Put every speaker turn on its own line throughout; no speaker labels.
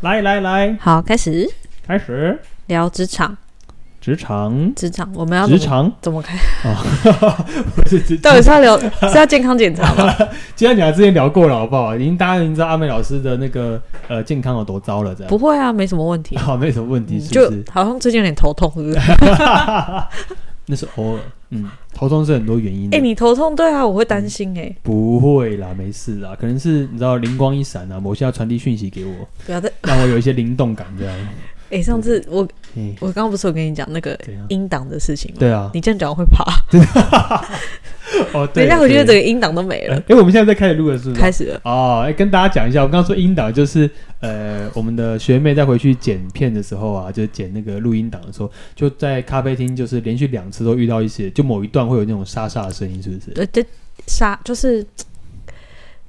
来来来，
好，开始
开始
聊职场，
职场，
职场，我们要怎
职
么
场，
怎么开？
不是 职
啊到底是要聊是要健康检查 吗？
既然你之前聊过了，好不好？已经大家已经知道阿美老师的那个呃健康有多糟了，这样
不会啊，没什么问题。
好、没什么问题，
嗯
是
就
不是？
好像最近有点头痛，是 不是？
那是偶尔，嗯，头痛是很多原因的，
哎、你头痛，对啊，我会担心哎、
不会啦，没事啦，可能是你知道灵光一闪啊，某些要传递讯息给 我，
不要再
让我有一些灵动感，这样，
哎、上次我
嗯，
我刚刚不是有跟你讲那个
怎样？
音档的事情吗？
对啊，
你这样讲我会怕，
哦，
等
对，
一下我觉得整
对
个音档都没了。
哎、我们现在在开始录了，是不是？
开始了，
哦，哎，跟大家讲一下，我刚刚说音档就是，呃，我们的学妹在回去剪片的时候啊，就是剪那个录音档的时候，就在咖啡厅，就是连续两次都遇到一些，就某一段会有那种沙沙的声音，是不是？
呃，这沙就是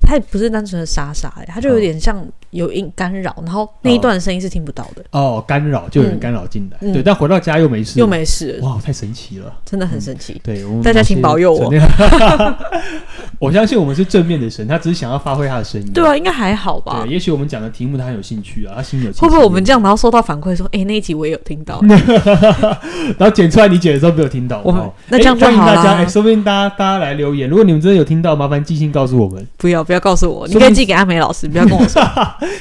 它也不是单纯的沙沙、欸，它就有点像有音干扰，然后
嗯
那一段声音是听不到的，
哦，干扰就有人干扰进来，
嗯嗯
对，但回到家又没事，
又没事了，
哇，太神奇了。
真的很神奇。
对，我们
大家
还是
请保佑
准
我
备。 我相信我们是正面的神，他只是想要发挥他的声音。
对啊，应该还好吧？
对，也许我们讲的题目他很有兴趣啊，他心里有戚戚
会
焉。
不会我们这样，然后收到反馈说，哎、那一集我也有听到，
然后剪出来你剪的时候没有听到，
我们
哦
那这样
哎
就
欢迎
好
大家，
啦
哎，说不定大家大家来留言，如果你们真的有听到，麻烦寄信告诉我们，
不要不要告诉我，你
说
可以
明
寄给阿美老师，不要跟我 说，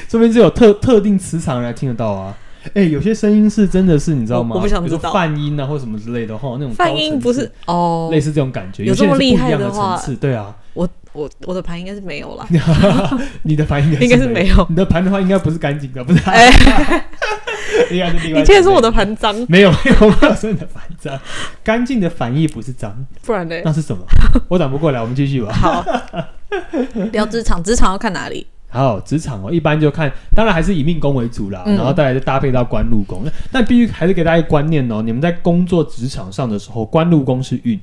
说不定是有 特特定磁场人来听得到啊。哎，有些声音是真的是你知道吗？
我我不想
比如说
知道
泛音啊或什么之类的哈，那种
泛
高
音
层
不
次
是哦
类。似这种感觉，
有
有些
这么
人是
厉害
不一样的
的话
层次，对啊，
我我我的盘应该是没有 啦，
你的盘应该
应该是没有。
你的盘的话应该不是干净的，不是？啊
哎，
应该是另外。
你竟然说我的？盘脏，
没有没有没有，真的反脏，干净的反义不是脏，
不然呢？
那是什么？我转不过来，我们继续吧。
好，聊职场，职场要看哪里？
好，职场哦，一般就看，当然还是以命宫为主啦，
嗯
然后再来就搭配到官禄宫。那但必须还是给大家一个观念哦，你们在工作职场上的时候，官禄宫是运，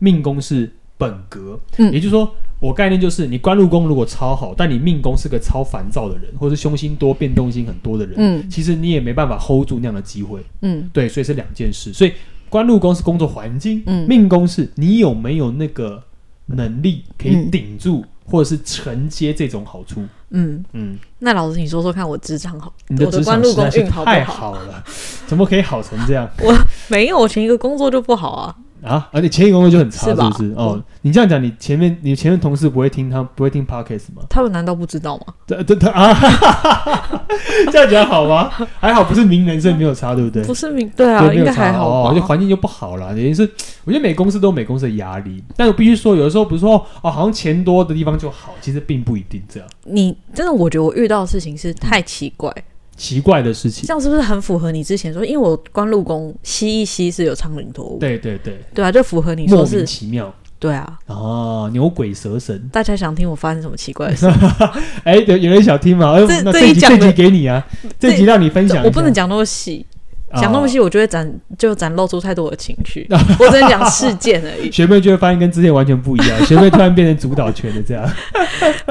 命宫是本格，
嗯
也就是说。我概念就是，你官禄宫如果超好，但你命宫是个超烦躁的人，或是凶心多、变动性很多的人，
嗯
其实你也没办法 hold 住那样的机会。
嗯
对，所以是两件事。所以官禄宫是工作环境，
嗯
命宫是你有没有那个能力可以
嗯
顶住、或者是承接这种好处。
嗯，
嗯，
那老师你说说看，我职场好，
你的
我的
职
官
场
禄
实在
宫
是
运好不
太
好
好了， 怎么可以好成这样
没有，我前一个工作就不好啊，
啊？而且前一个工作就很差，
是
是
吧嗯
不是？哦，你这样讲，你前面你前面同事不会听他不会听 podcast 吗？
他们难道不知道吗？
对对对啊，哈哈哈 这样讲好吗？还好不是名人，所以没有差，对不对？
不是明对
对
啊，
没
应
有
该
差
还好
哦，就
吧？
环境就不好啦。等于是，我觉得每公司都有每公司的压力，但我必须说，有的时候不是说哦，好像钱多的地方就好，其实并不一定这样。
你真的，我觉得我遇到的事情是太奇怪，
奇怪的事情
这，样是不是很符合你之前说？因为我关路宫吸一吸是有苍蝇头，
对对对，
对啊，就符合你
莫
说
名
是
其妙
对啊。
啊，牛鬼蛇神。
大家想听我发生什么奇怪 的事？
哎，有有人想听吗？哎
这，
那
这
这
一
集
讲
这
的
集给你啊，这集让你分享一下。
我不能讲那么细，
啊哦
讲那么细，我就会展就展露出太多的情 绪。我只能讲事件而已，
学妹就会发现跟之前完全不一 样，学妹突然变成主导权的这样。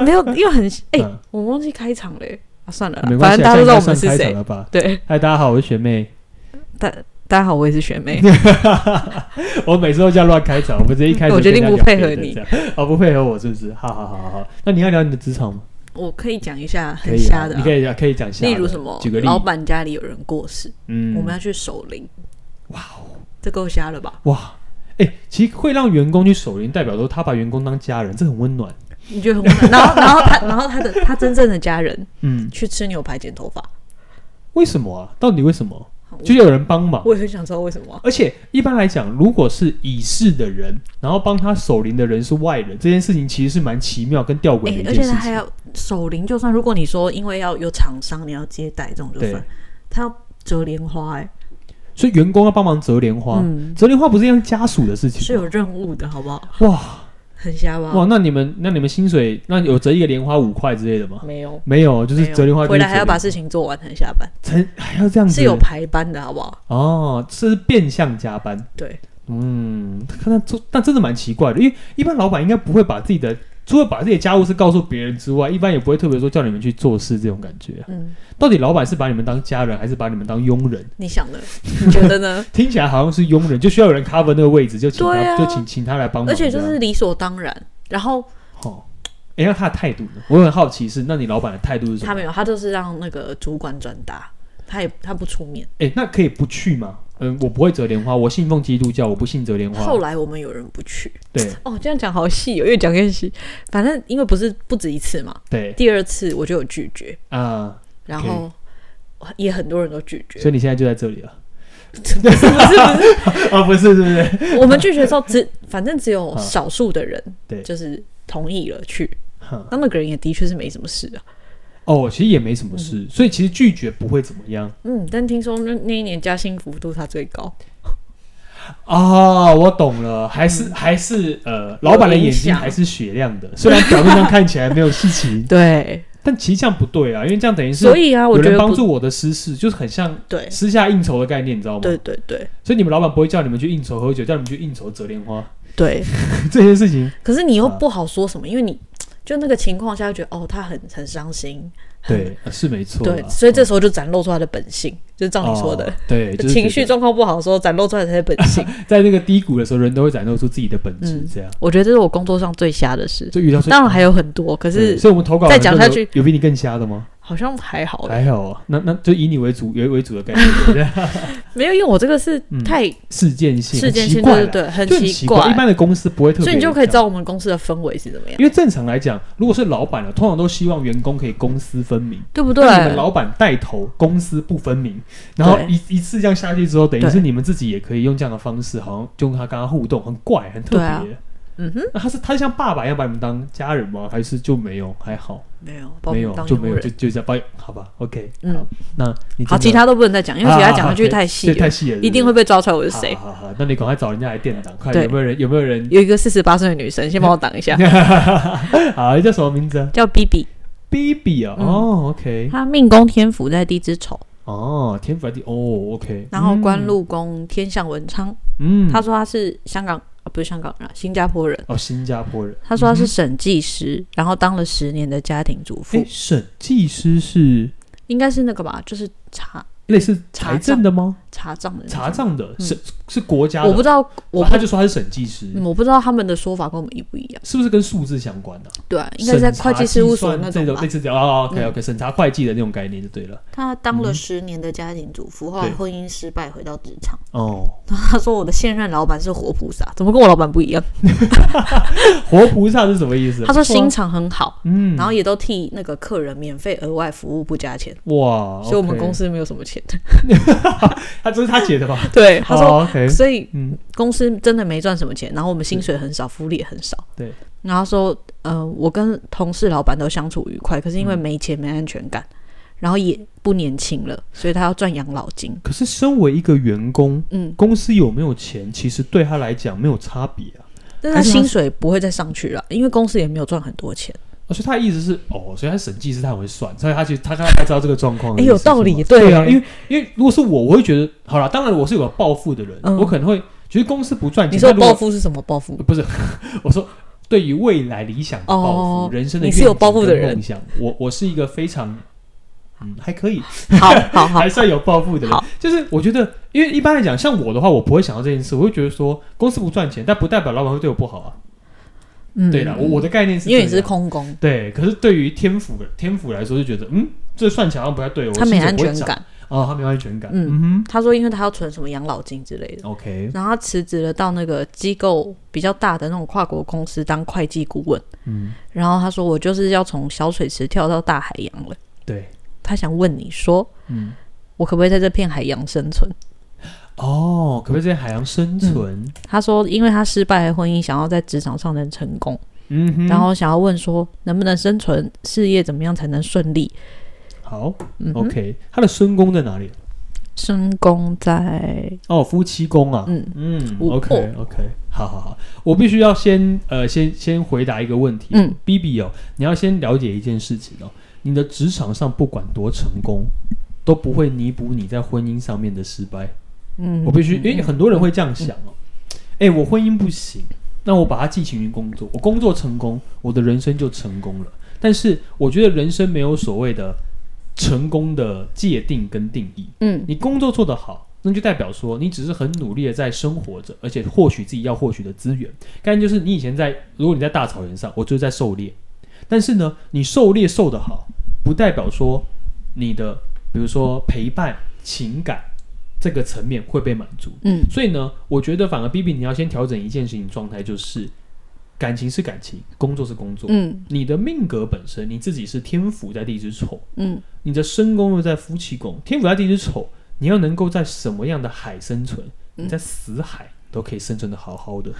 没有，因为很哎、
嗯
我忘记开场嘞、啊，算了啦
没，关
反
系
正
啊，
大家
这
都
样
知道
算
我们是
开场
谁。
了吧？
对，
嗨，大家好，我是学妹。
大家好，我也是学妹。
我每次都这样乱开场，我们直接一开始
我决定
跟人家
不配合
聊天
你
的这样，哦，不配合我是不是？好好好好好，那你要聊你的职场吗？
我可以讲一下
可
很
以、啊
瞎，的、
你可以可以讲下的，
例如什么
举个，例，
老板家里有人过世，
嗯
我们要去守灵，
哇哦
这够瞎了吧？
哇，哎、其实会让员工去守灵，代表说他把员工当家人，这很温暖。
你觉得很温暖。然后，然后他，然后他的他真正的家人
嗯，
去吃牛排剪头发，
为什么啊？到底为什么？
我
就有人帮忙。
我也很想知道为什么啊。
而且一般来讲，如果是已逝的人，然后帮他守灵的人是外人，这件事情其实是蛮奇妙跟吊诡的
诶
一
哎而
件
且
事
他
情。
还要守灵，就算如果你说因为要有厂商，你要接待这种就
对
算，他要折莲花、诶，
所以员工要帮忙折莲花，
嗯
折莲花不是一样家属的事
哎，是
情
有
吗？
任务的好不好？
哇，
很瞎
哇，
吧？
那你们那你们薪水那有折一个莲花五块之类的吗？
没有，
没有，就是
嗯没有
折莲花就
回
是折莲花嗯
来还要把事情做完才下班，
才还要这样子，
是有排班的好不好？
哦，这是变相加班。
对，
嗯，看那做那真的蛮奇怪的，因为一般老板应该不会把自己的除了把自己的家务事告诉别人之外，一般也不会特别说叫你们去做事这种感觉。
嗯，
到底老板是把你们当家人，还是把你们当佣人？
你想的，你觉得呢？
听起来好像是佣人，就需要有人 cover 那个位置，就请他，
对 啊
就请请他来帮忙
而
这
且
样。
就是理所当然。然后
哦，哎、哎，那他的态度呢？我很好奇是，那你老板的态度是什
他
么
没？有，他都是让那个主管转达，他也他不出面。
哎，那可以不去吗？嗯，我不会折莲花，我信奉基督教，我不信折莲花
后。来我们有人不去，
对
哦，这样讲好细哦，越讲越细。反正因为不是不止一次嘛，
对
第二次我就有拒绝，
啊，
然后也很多人都拒绝。
所以你现在就在这 里了。不 是不是不是啊，不是是不是？
我们拒绝的时候 只，反正只有
啊
少数的人，
对
就是同意了去。
哼
那那个人也的确是没什么事啊，
哦，其实也没什么事，所以其实拒绝不会怎么样。
嗯。但听说那那一年加薪幅度他最高，
哦，我懂了，还是、还是呃，老板的眼睛还是雪亮的，虽然表面上看起来没有事情，
对，
但其实这样不对啊，因为这样等于是
所以啊，
有
我觉
人
得
帮
不
助我的私事，就是很像
对，
私下应酬的概念，你知道吗？
对对对
所以你们老板不会叫你们去应酬喝酒，叫你们去应酬折莲 花
对。
这件事情。
可是你又
啊
不好说什么，因为你就那个情况下，觉得哦，他很很伤心，很
对，呃是没错啦。
对，所以这
是
时候就展露出他的本性，就是照你说的，
对，就是
情
觉
绪
得
状况不好的时候展露出来他的本性。
在那个低谷的时候，人都会展露出自己的本质，
嗯
这样
我觉得这是我工作上最瞎的事，
就遇到
当然还有很多，可
是，
是
所以我们投稿
再
人
讲
都
下
有
去，
有比你更瞎的吗？
好像还好，
还好啊，那那就以你为主为为主的概念，对不对
没有，因为我这个是
嗯
太
事件性，
事件性，
很奇怪
对对
啦
对，很
就很
奇
怪。一般的公司不会特别，
所以你就可以知道。我们公司的氛围是怎么样，
因为正常来讲，如果是老板啊了，通常都希望员工可以公私分明。
对不对？
但你们老板带头，公私不分明，然后
对
一一次这样下去之后，等于
对
是你们自己也可以用这样的方式，好像就跟他跟他互动，很怪，很特
对啊
别。
嗯哼，
那他是他像爸爸一样把你们当家人吗？还是就没有？还好，
没有，把我
没
们
有
当
就
佣
没有，
人
就就这样。哎，好吧，OK，
嗯
好，那你
好，
真的
其他都不能再讲，因为其他讲下去
啊啊啊
太细
对太
了，
细了，
一定会被抓出来我是谁。
好好好，那你赶快找人家来垫档，看
对
有没有人有没有人。
有一个四十八岁的女生，先帮我挡一下，
好，叫什么名字啊
叫 B B，
？BB 啊，
嗯
哦，OK，
她命宫天府在地支丑，
哦，天府地，哦，OK。
然后官禄宫天象文昌。
嗯，嗯，
她说她是香港啊，不是香港人啊，新加坡人。
哦，新加坡人。嗯
她说她是审计师，然后当了十年的家庭主妇
哎，，审计师是
应该是那个吧，就是查
类似
查
财政
账
的吗？
查账的那种
查。账的，
嗯
是是国家的。
我不知道，我
哦他
不
就说他是审计师，
嗯我不知道他们的说法跟我们一不一样。
是不是跟数字相关的？
对啊，应该是在会计事务所
审查
那
计算这
种
种
吧嗯
类。似这样哦，OK OK，审查会计的那种概念就对了。
她当了
嗯
十年的家庭主妇，后来
对
婚姻失败，回到职场。
哦，
她说我的现任老板是活菩萨，怎么跟我老板不一样？
活菩萨是什么意思？
她说
不错啊
心肠很好，
嗯，
然后也都替那个客人免费额外服务，不加钱，
哇，
所以我们
哦 OK
公司没有什 么钱。
他这是他写的吧？
对， 他说，
o k
所以
嗯，
公司真的没赚什么钱，然后我们薪水很少，福利也很少。
对，
然后他说，呃，我跟同事、老板都相处愉快，可是因为
嗯
没钱、没安全感，然后也不年轻了，所以他要赚养老金。
可是身为一个员工，
嗯，
公司有没有钱，其实对他来讲没有差别啊。
但
还
是他
是他
薪水不会再上去了，因为公司也没有赚很多钱。
哦、所以他的意思是，哦，所以他审计师他很会算，所以他其实他刚才知道这个状况的
哎
意思
有
是什么。
道理
对啊，
对
因为因为如果是我，我会觉得，好了，当然我是有抱负的人，
嗯
我可能会觉得公司不赚钱，
你说
但如果
暴富是什么暴富？
不是， 我说对于未来理想的抱负，
哦
人生的
你是有
愿景
抱负的
跟
人
梦想，我我是一个非常。嗯，还可以，
好好好
还，算有抱负的人
好。
就是我觉得，因为一般来讲，像我的话，我不会想到这件事，我会觉得说公司不赚钱，但不代表老板会对我不好啊。
嗯
对啦，我我的概念是这
因
样，
为你是空工，
对，可是对于天府天府来说，就觉得嗯，这算起来好像不太对，我
他没
薪水
安
不会
全
涨
感。
哦，他没有安全感。
嗯
嗯
他说，因为他要存什么养老金之类的。
哼，OK，
然后他辞职了，到那个机构比较大的那种跨国公司当会计顾问。
嗯，
然后他说：“我就是要从小水池跳到大海洋了。
对，”
他想问你说
嗯，：“
我可不可以在这片海洋生存
哦，可不可以在海洋生存？？”
他说：“因为他失败的婚姻，想要在职场上能成功，
嗯哼，
然后想要问说能不能生存，事业怎么样才能顺利
好？”
嗯哼，
，OK，他的身宫在哪里？
深宫在
哦，夫妻宫啊。
嗯
嗯
五
，OK OK，好好好，我必须要先呃先先回答一个问题，
嗯
，B B 哦，你要先了解一件事情哦，你的职场上不管多成功，都不会弥补你在婚姻上面的失败。
嗯，
我必须，因为很多人会这样想哦，哎、我婚姻不行，那我把它寄情于工作，我工作成功，我的人生就成功了。但是我觉得人生没有所谓的成功的界定跟定义，
嗯
你工作做得好。那就代表说，你只是很努力的在生活着，而且获取自己要获取的资源。概念就是，你以前在，如果你在大草原上，我就是在狩猎；但是呢，你狩猎狩得好，不代表说你的比如说陪伴、情感这个层面会被满足。
嗯
所以呢，我觉得反而 B B 你要先调整一件事情状态，就是感情是感情，工作是工作。
嗯
你的命格本身，你自己是天府在地支丑，
嗯
你的身宫又在夫妻宫，天府在地支丑，你要能够在什么样的海生存？
嗯
你在死海都可以生存的好好的，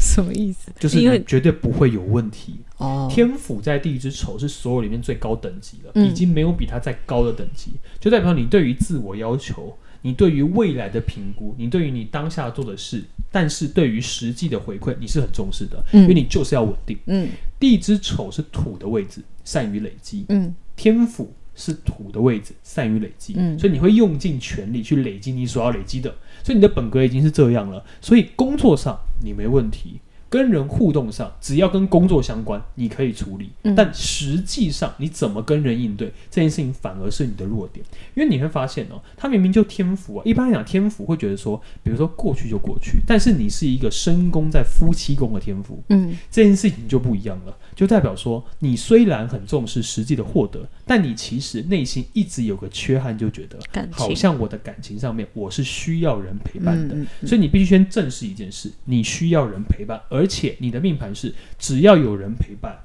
什么意思？
就是
因
你
为
绝对不会有问题。
哦，
天府在地之丑是所有里面最高等级了，
嗯
已经没有比它再高的等级，就代表你对于自我要求，你对于未来的评估，你对于你当下做的事，但是对于实际的回馈，你是很重视的，
嗯
因为你就是要稳定。
嗯
地之丑是土的位置，善于累积；
嗯
天府是土的位置，善于累积。
嗯
所以你会用尽全力去累积你所要累积的，所以你的本格已经是这样了。所以工作上你没问题，跟人互动上只要跟工作相关，你可以处理。
嗯
但实际上你怎么跟人应对这件事情，反而是你的弱点，因为你会发现哦，他明明就天赋啊。一般来讲，天赋会觉得说，比如说过去就过去，但是你是一个深宫在夫妻宫的天赋，
嗯
这件事情就不一样了，就代表说你虽然很重视实际的获得，但你其实内心一直有个缺憾，就觉得
感情
好像我的感情上面我是需要人陪伴的，
嗯嗯
所以你必须先正视一件事，你需要人陪伴，而且你的命盘是只要有人陪伴，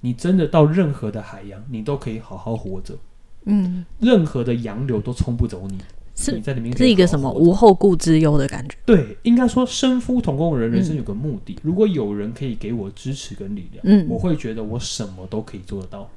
你真的到任何的海洋，你都可以好好活着，
嗯
任何的洋流都冲不走你，你
是
在里面可以
是一个
好
什
好
么
活着
无后顾之忧的感觉？
对，应该说身夫同工的人，人生
嗯
有个目的。如果有人可以给我支持跟力量，
嗯
我会觉得我什么都可以做得到。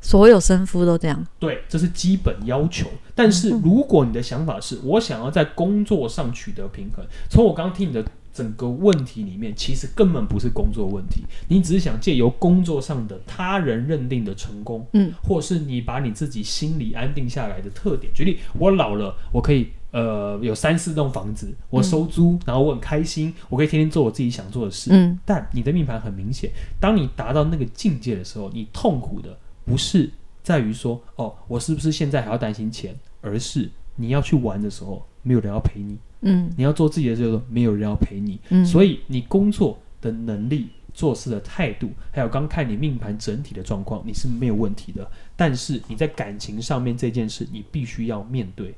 所有生夫都这样。
对，这是基本要求。但是
嗯
如果你的想法是我想要在工作上取得平衡，从我刚刚听你的整个问题里面，其实根本不是工作问题，你只是想借由工作上的他人认定的成功，
嗯，
或是你把你自己心里安定下来的特点。举例，我老了，我可以。呃，有三四栋房子，我收租，然后我很开心，我可以天天做我自己想做的事。
嗯
但你的命盘很明显，当你达到那个境界的时候，你痛苦的不是在于说哦，我是不是现在还要担心钱，而是你要去玩的时候，没有人要陪你；
嗯
你要做自己的时候，没有人要陪你。
嗯，
所
以
以你工作的能力、做事的态度，还有刚看你命盘整体的状况，你是没有问题的。但是你在感情上面这件事，你必须要面对，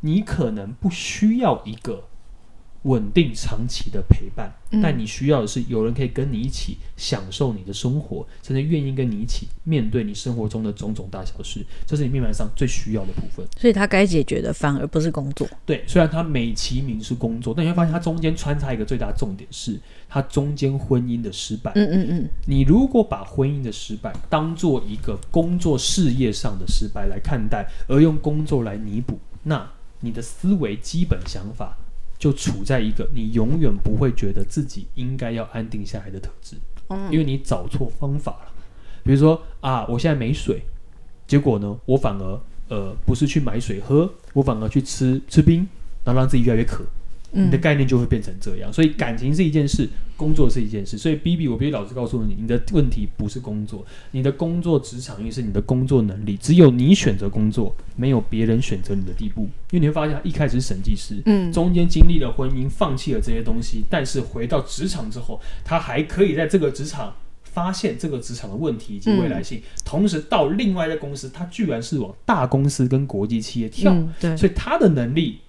你可能不需要一个稳定长期的陪伴。但你需要的是有人可以跟你一起享受你的生活，甚至愿意跟你一起面对你生活中的种种大小事，这是你命盘上最需要的部分。
所以他该解决的反而不是工作。
对，虽然它美其名是工作，但你会发现它中间穿插一个最大重点是它中间婚姻的失败。
嗯嗯嗯
你如果把婚姻的失败当做一个工作事业上的失败来看待，而用工作来弥补，那你的思维基本想法就处在一个你永远不会觉得自己应该要安定下来的特质。
嗯，
因为你找错方法了。比如说啊，我现在没水，结果呢，我反而呃不是去买水喝，我反而去吃吃冰，然后让自己越来越渴。
嗯
你的概念就会变成这样，所以感情是一件事，工作是一件事。所以 B B，我必须老实告诉你，你的问题不是工作，你的工作职场运是你的工作能力，只有你选择工作，没有别人选择你的地步。因为你会发现，他一开始是审计师，
嗯
中间经历了婚姻，放弃了这些东西，但是回到职场之后，他还可以在这个职场发现这个职场的问题以及未来性，同时到另外一个公司，他居然是往大公司跟国际企业跳，
嗯对，
所以他的能力，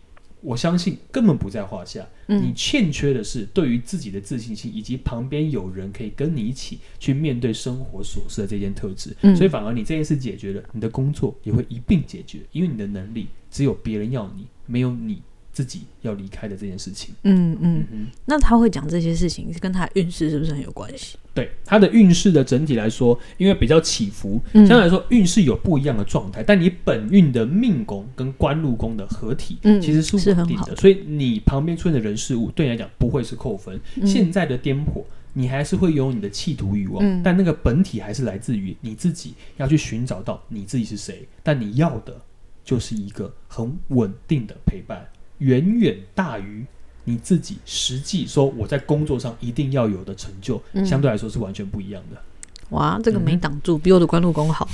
我相信根本不在话下。你
嗯
欠缺的是对于自己的自信心，以及旁边有人可以跟你一起去面对生活琐事的这件特质。
嗯
所以反而你这件事解决了，你的工作也会一并解决，因为你的能力只有别人要你，没有你自己要离开的这件事情。
嗯嗯
嗯，哼。
那他会讲这些事情，跟他的运势是不是很有关系？
对它的运势的整体来说，因为比较起伏，
嗯
相对来说运势有不一样的状态。但你本运的命宫跟官禄宫的合体，
嗯
其实是
是
稳
很
定
好
的，所以你旁边出现的人事物对你来讲不会是扣分。
嗯
现在的颠簸，你还是会有你的企图欲望，
嗯
但那个本体还是来自于你自己要去寻找到你自己是谁，但你要的就是一个很稳定的陪伴，远远大于。你自己实际说我在工作上一定要有的成就，
嗯
相对来说是完全不一样 的。
哇，这个没挡住，比我的官禄宫好。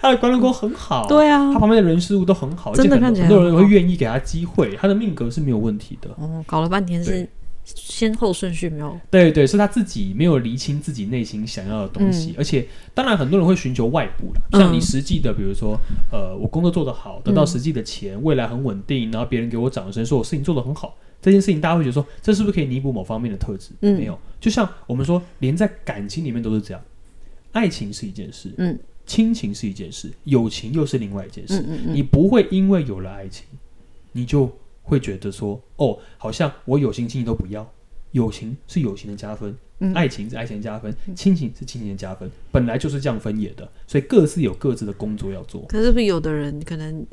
他的关注宫很好，、
对啊
他，旁边的人事物都很好，
真的
而且很
看起来
很多人
很
会
好
愿意给他机会，他的命格是没有问题的。
哦，搞了半天是先后顺序没有，
对对，是他自己没有厘清自己内心想要的东西，而且当然很多人会寻求外部啦，像你
嗯
实际的，比如说呃，我工作做得好，得到实际的钱，未来很稳定，然后别人给我掌声，说我事情做得很好，这件事情大家会觉得说，这是不是可以弥补某方面的特质？
嗯
没有，就像我们说，连在感情里面都是这样，爱情是一件事，
嗯，
亲情是一件事，友情又是另外一件事，
嗯嗯嗯，
你不会因为有了爱情，你就会觉得说，哦，好像我友情、亲情都不要。友情是友情的加分，
嗯
爱情是爱情的加分，亲情是亲情的加分，本来就是这样分野的，所以各自有各自的工作要 做。
可是不是有的人可能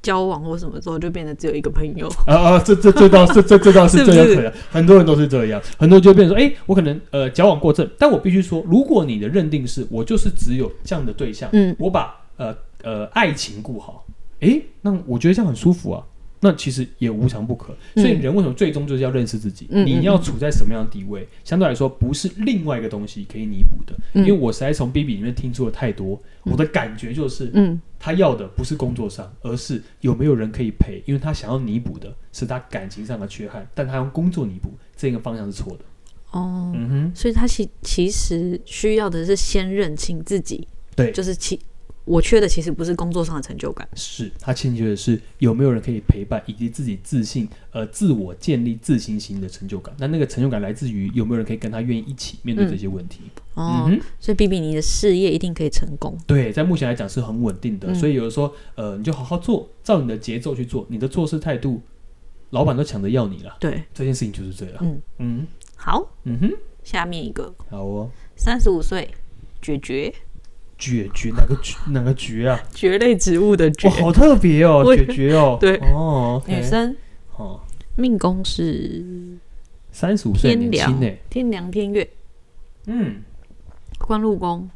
交往或什么之后就变得只有一个朋友，
啊啊，这这这倒是这这倒是
是不
这
是
有可能，很多人都是这样，很多人就会变成说，哎、我可能呃矫枉过正，但我必须说，如果你的认定是我就是只有这样的对象，
嗯
我把呃呃爱情顾好，哎、那我觉得这样很舒服啊。那其实也无尝不可，
嗯
所以人为什么最终就是要认识自己？
嗯嗯
你要处在什么样的地位，相对来说不是另外一个东西可以弥补的。因
嗯
为我实在从 B B 里面听出了太多，
嗯
我的感觉就是
嗯
他要的不是工作上，而是有没有人可以陪，因为他想要弥补的是他感情上的缺憾，但他用工作弥补，这个方向是错的。
哦。
嗯哼，
所以他其其实需要的是先认清自己，
对
就是其我缺的其实不是工作上的成就感，
是他欠缺的是有没有人可以陪伴，以及自己自信，呃，自我建立自信心的成就感。那那个成就感来自于有没有人可以跟他愿意一起面对这些问题。
嗯哦，
嗯哼，
所以比比你的事业一定可以成功，
对，在目前来讲是很稳定的，
嗯
所以有的时候，呃，你就好好做，照你的节奏去做，你的做事态度，老板都抢着要你了。
对，
这件事情就是这样。
嗯
嗯
好，
嗯哼，
下面一个
好哦。
三十五岁，绝绝
蕨蕨哪个蕨哪个蕨 啊？
蕨类植物的蕨哎
哇，，好特别哦，
我
蕨蕨哦，
对
哦，OK，
女生
哦，
命宫是
三十五岁
天
年轻
梁
呢，
天梁天月，
嗯，
官禄宫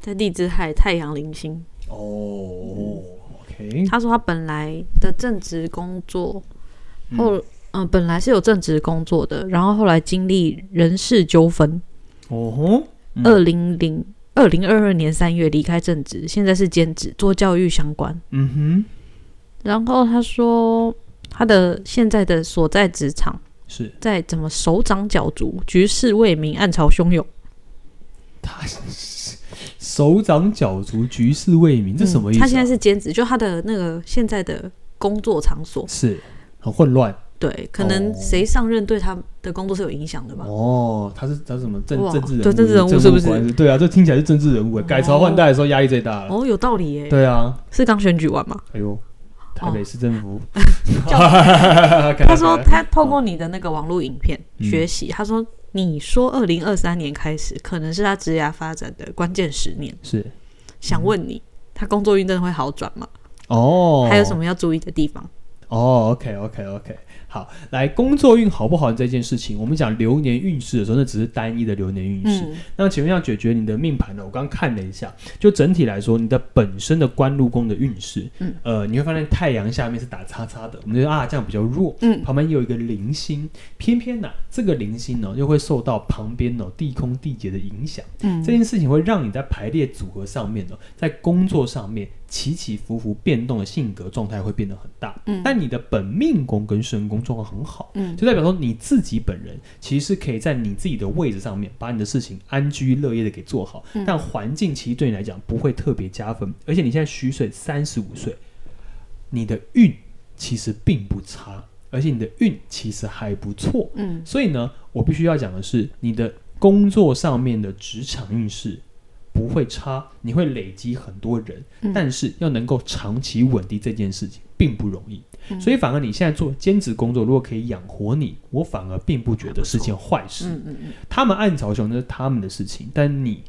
在地支亥太阳零星。
哦，OK，
他说他本来的正职工作，后嗯、呃本来是有正职工作的，然后后来经历人事纠纷，
哦吼，嗯
二零零二零二二年三月离开正职，现在是兼职做教育相关。
嗯
然后他说他的现在的所在职场
哼，是
在怎么手掌角逐，局势未明，暗潮汹涌。
他手掌角逐，局势未明，这什么意思啊？
他现在是兼职，就他的那个现在的工作场所，
是很混乱
对，可能
哦
谁上任对他的工作是有影响的吧？
哦，他是他是什么政
哇
政治人物？
对政治人物是不是
官对啊，这听起来是政治人物，改朝换代的时候压力最大了。
哦，有道理耶，
对啊，
是刚选举完吗？
哎呦，台北市政府，
哦 他
他
说他透过你的那个网络影片
嗯
学习，他说你说二零二三年开始可能是他职涯发展的关键十年，
是
想问你，他工作运真的会好转吗？
哦，
还有什么要注意的地方？
哦，OK OK OK，好，来工作运好不好这件事情，我们讲流年运势的时候，那只是单一的流年运势。
嗯
那请问要解决你的命盘呢？我刚看了一下，就整体来说，你的本身的官禄宫的运势，
嗯，
呃，你会发现太阳下面是打叉叉的，我们觉得啊这样比较弱，
嗯
旁边有一个零星，偏偏呢、这个零星呢、又会受到旁边呢、地空地劫的影响。这
嗯
件事情会让你在排列组合上面呢，哦在工作上面起起伏伏变动的性格状态会变得很大。
嗯
但你的本命宫跟身宫状况很好，
嗯
就代表说你自己本人其实是可以在你自己的位置上面把你的事情安居乐业的给做好。
嗯
但环境其实对你来讲不会特别加分，而且你现在虚岁三十五岁，你的运其实并不差，而且你的运其实还不错。
嗯
所以呢，我必须要讲的是，你的工作上面的职场运势不会差，你会累积很多人，
嗯
但是要能够长期稳定这件事情并不容易。
嗯
所以反而你现在做兼职工作，如果可以养活你，我反而并不觉得是件坏事。
嗯嗯
他们暗潮汹涌那是他们的事情，但你，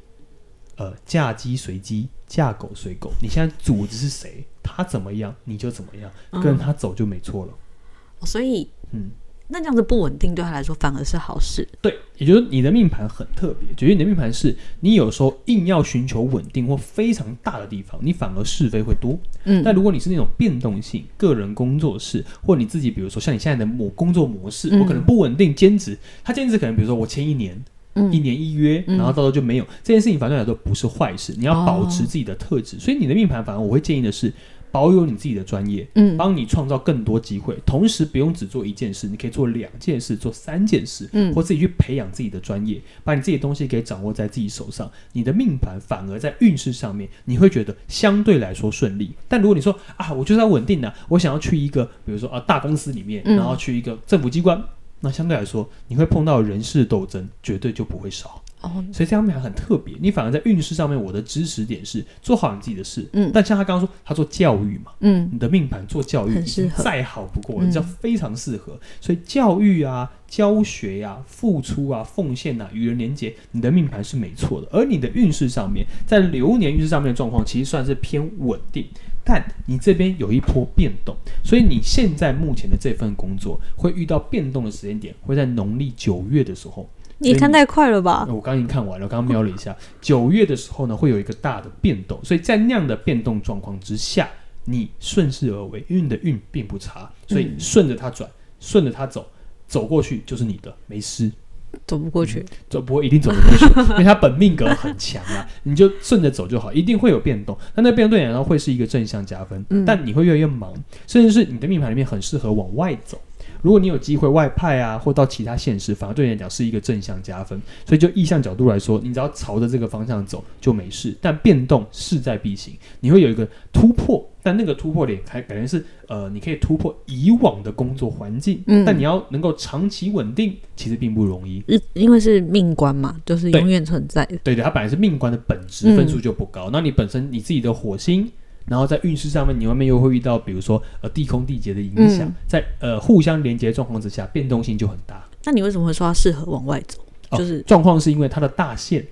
呃，嫁鸡随鸡，嫁狗随狗，你现在组织是谁，他怎么样你就怎么样，
嗯，
跟着他走就没错了。
哦所以
嗯
那这样子不稳定对他来说反而是好事。
对，也就是你的命盘很特别，就是你的命盘是你有时候硬要寻求稳定或非常大的地方，你反而是非会多。
嗯
但如果你是那种变动性、个人工作室，或你自己，比如说像你现在的某工作模式，
嗯
我可能不稳定兼职，他兼职可能比如说我签一年，
嗯
一年一约，
嗯
然后到时候就没有、这件事情，反对来说不是坏事，你要
哦
保持自己的特质。所以你的命盘，反而我会建议的是，保有你自己的专业，
嗯
帮你创造更多机会，同时不用只做一件事，你可以做两件事，做三件事，
嗯
或自己去培养自己的专业，把你自己的东西给掌握在自己手上，你的命盘反而在运势上面，你会觉得相对来说顺利。但如果你说啊，我就是要稳定的、我想要去一个，比如说啊大公司里面，
嗯
然后去一个政府机关。那相对来说，你会碰到人事斗争，绝对就不会少。
哦，
所以这样面很特别。你反而在运势上面，我的知识点是做好你自己的事。
嗯
但像他刚刚说，他做教育嘛，
嗯
你的命盘做教育
很适合
已经再好不过了，
嗯
这样非常适合。所以教育啊、教学啊、付出啊、奉献啊、与人连接，你的命盘是没错的。而你的运势上面，在流年运势上面的状况，其实算是偏稳定。但你这边有一波变动，所以你现在目前的这份工作会遇到变动的时间点，会在农历九月的时候。
你看太快了吧？
呃我刚已经看完了，我刚刚瞄了一下，九月的时候呢，会有一个大的变动，所以在那样的变动状况之下，你顺势而为，因为你的运并不差，所以
嗯
顺着它转，顺着它走，走过去就是你的，没事，
走不过去。
走不会一定走得过去， 因为它本命格很强啊，你就顺着走就好，一定会有变动，但那变动然后会是一个正向加分，
嗯
但你会越来越忙，甚至是你的命盘里面很适合往外走。如果你有机会外派啊，或到其他县市，反而对你来讲是一个正向加分。所以就意向角度来说，你只要朝着这个方向走就没事，但变动势在必行，你会有一个突破，但那个突破点还感觉是呃，你可以突破以往的工作环境，
嗯
但你要能够长期稳定，其实并不容易。
日因为是命官嘛，就是
对
永远存在的。
对对，它本来是命官的本
嗯
质分数就不高，那、你本身你自己的火星，然后在运势上面，你外面又会遇到比如说呃地空地劫的影响，
嗯
在呃互相连接的状况之下，变动性就很大。
那你为什么会说它适合往外走？
哦
就是
状况是因为它的大限，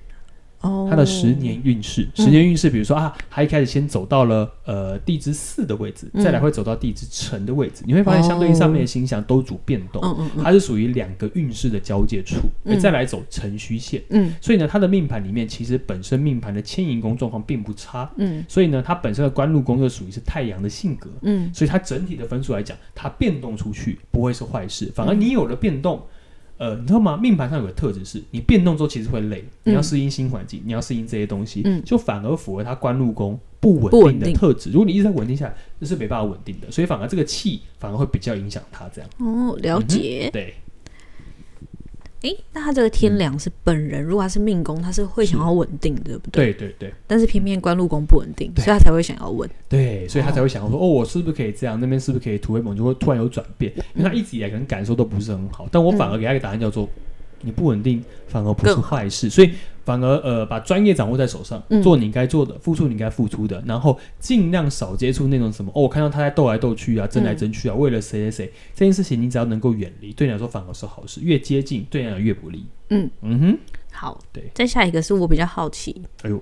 哦，
它的十年运势，
嗯
十年运势，比如说啊，它一开始先走到了呃地支四的位置，
嗯
再来会走到地支辰的位置，你会发现相对应上面的星象都主变动，
嗯嗯嗯
它是属于两个运势的交界处，
嗯
而再来走辰戌线。
嗯
所以呢，它的命盘里面其实本身命盘的迁移宫状况并不差，
嗯
所以呢，它本身的官禄宫又属于是太阳的性格，
嗯
所以它整体的分数来讲，它变动出去不会是坏事，反而
嗯
你有了变动，呃，你知道吗？命盘上有个特质是，你变动之后其实会累，你要适应新环境，你要适应这些东西，
嗯
就反而符合它官禄宫不
不
稳
稳
定的
定
特质。如果你一直在稳定下来，这是没办法稳定的，所以反而这个气反而会比较影响它这样。
哦，了解。
对，
诶，那他这个天梁是本人，如果他是命宫，他是会想要稳定的，对不对？
对对对。
但是偏偏官禄宫不稳定，
对
所以他才会想要稳。
对，所以他才会想说，哦，我是不是可以这样？那边是不是可以突飞猛进？会突然有转变，
嗯
因为他一直以来可能感受都不是很好，但我反而给他一个答案叫做，你不稳定反而不是
更
坏事，所以反而呃把专业掌握在手上，
嗯
做你该做的，付出你该付出的，然后尽量少接触那种什么哦，我看到他在斗来斗去啊，争来争去啊，为了谁谁
嗯
谁这件事情，你只要能够远离，对你来说反而是好事，越接近对你来讲越不利。
嗯
嗯哼，
好，
对
再下一个是我比较好奇，
哎呦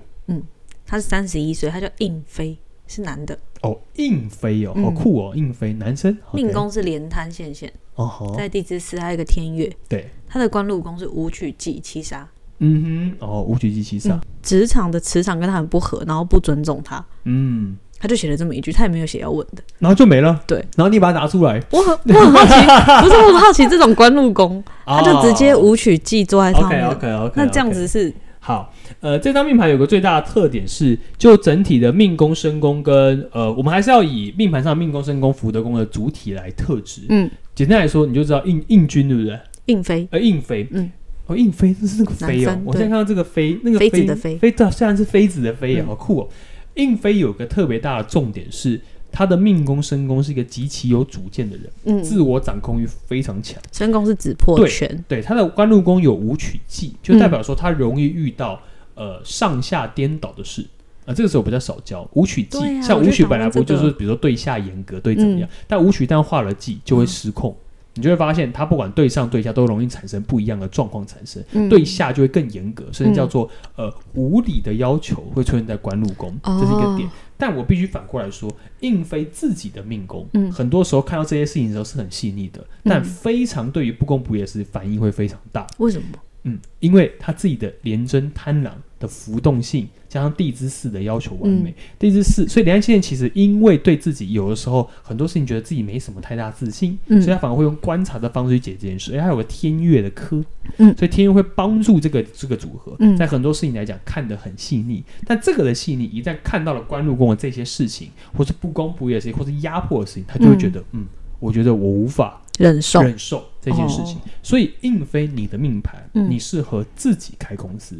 他是三十一岁，他叫应飞，是男的，
哦，硬飞哦，好
嗯
酷哦，硬飞男生
命
OK
宫是连滩线线，
哦吼，
在地支四，还有一个天月，
对，
他的官禄宫是武曲忌七杀。
嗯哼，哦，无曲及七杀。
职场的磁场跟他很不合，然后不尊重他，
嗯，
他就写了这么一句，他也没有写要稳的。
然后就没了。
对，
然后你把它拿出来，
我很我很好 奇，不是我很好奇这种官禄宫，
哦
他就直
啊
接舞曲记坐在上
OK
面。
OK 啊 OK，
那这样子是
好。呃，这张命盘有个最大的特点是，就整体的命宫、身宫跟呃，我们还是要以命盘上命宫、身宫、福德宫的主体来特质。
嗯
简单来说，你就知道印印君对不对？
硬飞，
呃，印飞，
嗯，
哦，印飞，这是那个飞
男
哦
生。
我现在看
对
到这个飞，那个
妃子的妃
飞对，啊虽然是妃子的妃耶，
嗯
好酷哦。印飞有个特别大的重点是，他的命宫、身宫是一个极其有主见的人，
嗯，
自我掌控欲非常强。
申宫是指破权，
对，他的官禄宫有武曲忌，就
嗯
代表说他容易遇到、呃上下颠倒的事。啊、这个时候比较少教武曲忌，
对啊
像
我
武
就
曲
想
本来
问
不就
这
是
个嗯
比如说对下严格，对怎么样？但武曲一旦化了忌，就会失控。你就会发现，他不管对上对下，都容易产生不一样的状况产生。
嗯
对下就会更严格，甚至叫做、呃无理的要求会出现在官禄宫，这是一个点
哦。
但我必须反过来说，应非自己的命宫，
嗯
很多时候看到这些事情的时候是很细腻的，但非常对于不公不义的事反应会非常大。
为什么？
嗯，因为他自己的廉贞贪狼的浮动性，加上地支四的要求完
嗯
美，地支四，所以连安信其实因为对自己有的时候很多事情觉得自己没什么太大自信，
嗯
所以他反而会用观察的方式去解这件事，而他有个天月的科，
嗯
所以天月会帮助这个这个组合，
嗯
在很多事情来讲看得很细腻，但这个的细腻一旦看到了官禄宫的这些事情，或是不公不义的事情，或是压迫的事情，他就会觉得，嗯我觉得我无法
忍受，
忍受这件事情，所以硬非你的命盘，
哦嗯
你适合自己开公司。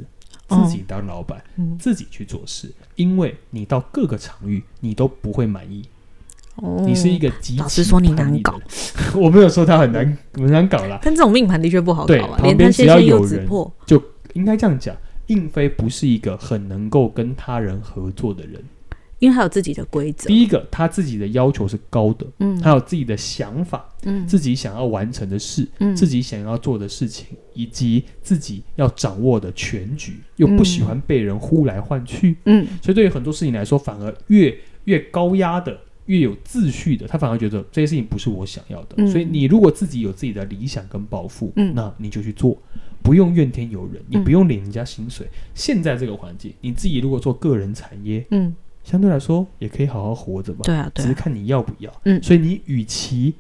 哦
自己当老板，
嗯，
自己去做事，因为你到各个场域你都不会满意，
哦
你是一个极其
老实说你难搞
叛逆的人， 我没有说他很难很难搞啦，
哦但这种命盘的确不好搞
对
啊，
旁
连
边
他
只
先
要
生
有
又子
人
破，
应该这样讲，应飞不是一个很能够跟他人合作的人。
因为他有自己的规则，
第一个，他自己的要求是高的，
嗯
他有自己的想法，
嗯
自己想要完成的事，
嗯
自己想要做的事情，以及自己要掌握的全局，又不喜欢被人呼来唤去。
嗯
所以对于很多事情来说，反而越越高压的、越有秩序的，他反而觉得这些事情不是我想要的。
嗯
所以你如果自己有自己的理想跟抱负，
嗯
那你就去做，不用怨天尤人，也
嗯
不用领人家薪水。现在这个环境，你自己如果做个人产业，
嗯，
相对来说也可以好好活着嘛，
对啊
只
对
是
啊，
看你要不要。
嗯
所以你与其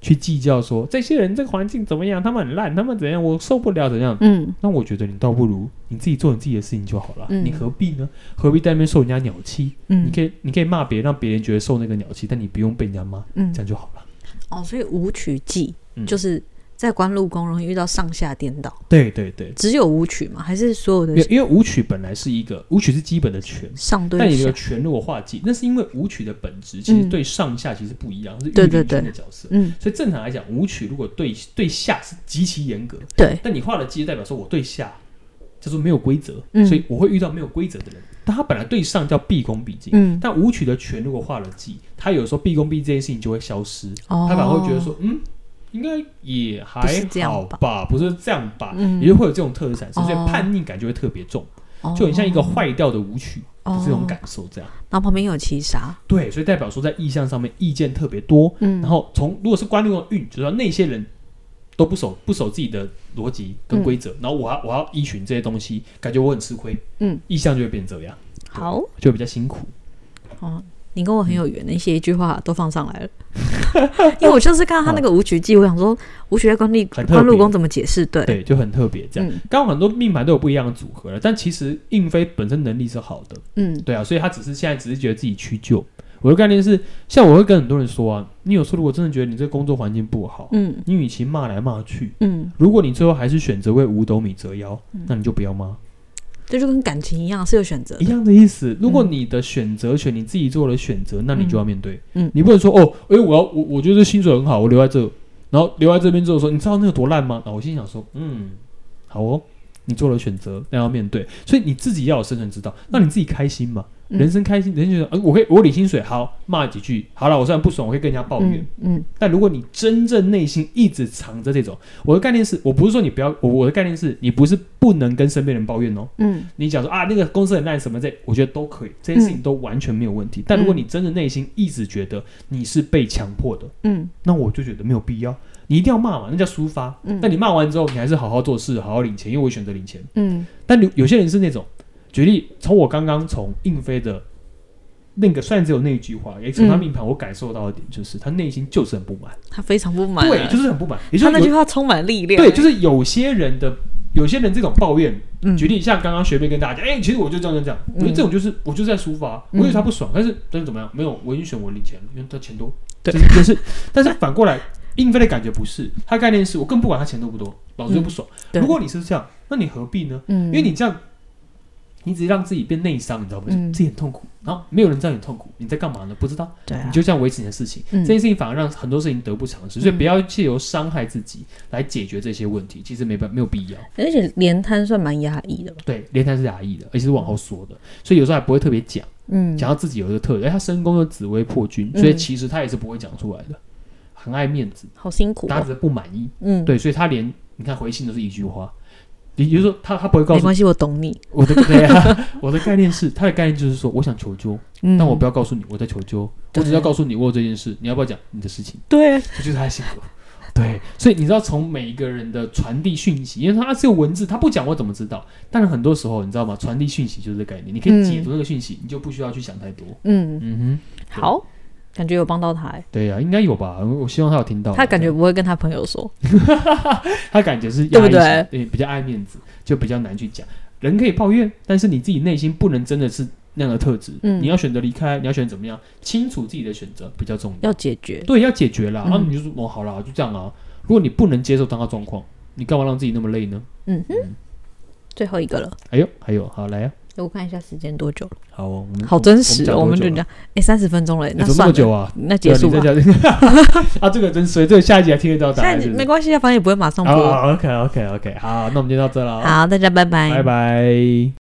去计较说这些人这个环境怎么样，他们很烂，他们怎样，我受不了怎样，
嗯
那我觉得你倒不如你自己做你自己的事情就好了，
嗯
你何必呢？何必在那边受人家鸟气？你
嗯
可以你可以骂别人，让别人觉得受那个鸟气，但你不用被人家骂，
嗯
这，样就好了。
哦，所以武曲忌
嗯
就是在官禄宫容易遇到上下颠倒，
对对对，
只有武曲嘛，还是所有的
因为因为舞曲本来是一个舞曲是基本的权。
上
但
对
你这个
下？
权如果化忌，那是因为舞曲的本质其实
嗯
对上下其实不一样，是御
对对
林军
对
的角色。
嗯，
所以正常来讲，舞曲如果对对下是极其严格，
对，
但你画了鸡，代表说我对下叫做没有规则，
嗯
所以我会遇到没有规则的人。但他本来对上叫毕恭毕敬，
嗯
但舞曲的权如果画了记，他有时候毕恭毕敬这件事情就会消失，
哦，
他反而会觉得说，嗯，应该也还
不是这
好
样吧
吧，不是这样吧，
嗯
也就会有这种特质产生，
哦
所以叛逆感就会特别重，
哦，
就很像一个坏掉的舞曲，就
哦
这种感受这样。
然后旁边有七杀，
对，所以代表说在意向上面意见特别多，
嗯，
然后从如果是官僚的运，就是说那些人都不守不守自己的逻辑跟规则，然后我要我要依循这些东西，感觉我很吃亏，
嗯，
意向就会变成这样，
好
就会比较辛苦。
哦。你跟我很有缘，你写一句话都放上来了， 因为我就是看到他那个武曲记，我想说武曲在官立
很特别
官禄宫怎么解释？对，
对，就很特别这样。
嗯
刚好很多命盘都有不一样的组合了，但其实应飞本身能力是好的，
嗯
对啊，所以他只是现在只是觉得自己屈就。我的概念是，像我会跟很多人说啊，你有时候如果真的觉得你这个工作环境不好，
嗯
你与其骂来骂去，
嗯，
如果你最后还是选择为五斗米折腰，那你就不要骂。
这就跟感情一样，是有选择
一
的。
样的意思。如果你的选择权你自己做了选择，那你就要面对。
嗯
你不能说哦，哎、我要我我觉得这薪水很好，我留在这，然后留在这边之后说，你知道那有多烂吗？啊，我心想说，嗯，好哦，你做了选择，那要面对，所以你自己要有生存之道，让你自己开心嘛。
嗯
人生开心，人生觉得，嗯、我可以，我领薪水，好骂几句，好了，我虽然不爽，我可以跟人家抱怨，
嗯嗯
但如果你真正内心一直藏着这种，我的概念是我不是说你不要，我我的概念是你不是不能跟身边人抱怨哦，
嗯
你讲说啊，那个公司很烂什么这，我觉得都可以，这些事情都完全没有问
嗯
题。但如果你真的内心一直觉得你是被强迫的，
嗯
那我就觉得没有必要。你一定要骂嘛，那叫抒发。
嗯
但你骂完之后，你还是好好做事，好好领钱，因为我选择领钱。
嗯
但有有些人是那种，举例，从我刚刚从应飞的那个，虽然只有那一句话，也从他
嗯
命盘我感受到的点，就是他内心就是很不满，
他非常不满啊，
对，就是很不满。也就
他
是
那
有
句话充满力量，
对，就是有些人的，有些人这种抱怨
嗯
举例，像刚刚学妹跟大家讲，哎、其实我就这样这样这样，我觉得这种就是我就是在抒发，我
嗯
有他不爽，但是但是怎么样？没有，我已经选我领钱了，因为他钱多。
对
就是，就是，但是反过来，应飞的感觉不是，他概念是我更不管他钱多不多，老子就不爽。
嗯对
如果你是这样，那你何必呢？
嗯，
因为你这样，你只是让自己变内伤，你知道吗？
嗯
自己很痛苦，然后没有人知道你很痛苦，你在干嘛呢？不知道。
对啊
你，就这样维持你的事情，
嗯
这件事情反而让很多事情得不偿失，所以
嗯
不要借由伤害自己来解决这些问题，其实没办没有必要。
而且连摊算蛮压抑的吧，
对，连弹是压抑的，而且是往后缩的，所以有时候还不会特别讲，
嗯，
讲到自己有一个特点，哎，他身宫又紫薇破军，
嗯
所以其实他也是不会讲出来的，很爱面子，
好辛苦
大家
哦，
只是不满意，
嗯，
对，所以他连你看回信都是一句话，也就是说他他不会告
没
诉
关系，我懂你，
我的对啊， 我的概念是他的概念就是说我想求救，
嗯，
但我不要告诉你我在求救，我
对
只要告诉你我有这件事，你要不要讲你的事情，
对啊，
这就是他的性格，对，所以你知道，从每一个人的传递讯息，因为他只有文字，他不讲我怎么知道？但是很多时候，你知道吗？传递讯息就是这个概念，你可以解读那个讯息，你就不需要去想太多。
嗯，
嗯对
好，感觉有帮到他、欸，
哼，对呀、应该有吧？我希望他有听到。
他感觉不会跟他朋友说，
他感觉是压
对不
抑
对
型，对，比较爱面子，就比较难去讲。人可以抱怨，但是你自己内心不能真的是那样的特质。
嗯
你要选择离开，你要选择怎么样，清楚自己的选择比较重要。
要解决，
对，要解决啦。
嗯
然后你就说哦，好啦，就这样啊。如果你不能接受当下状况，你干嘛让自己那么累呢？
嗯哼，最后一个了，
哎呦，还有，好来呀、
我看一下时间多久了，
啊，好哦，我们
好真实，
我
我
们
们
讲
就
多久啊
这
了
样，哎，三十分钟了欸，
哎
那
怎么那
算
么
了，
久啊？
那结束吧。
对啊，你再讲 啊，这个真衰，这个下一集还听得到答
现在
案是
你
不
没
是。
关系啊，反正也不会马上播。
好，OK，OK，OK，好，那我们就到这了，啊
好，大家拜拜，
拜拜。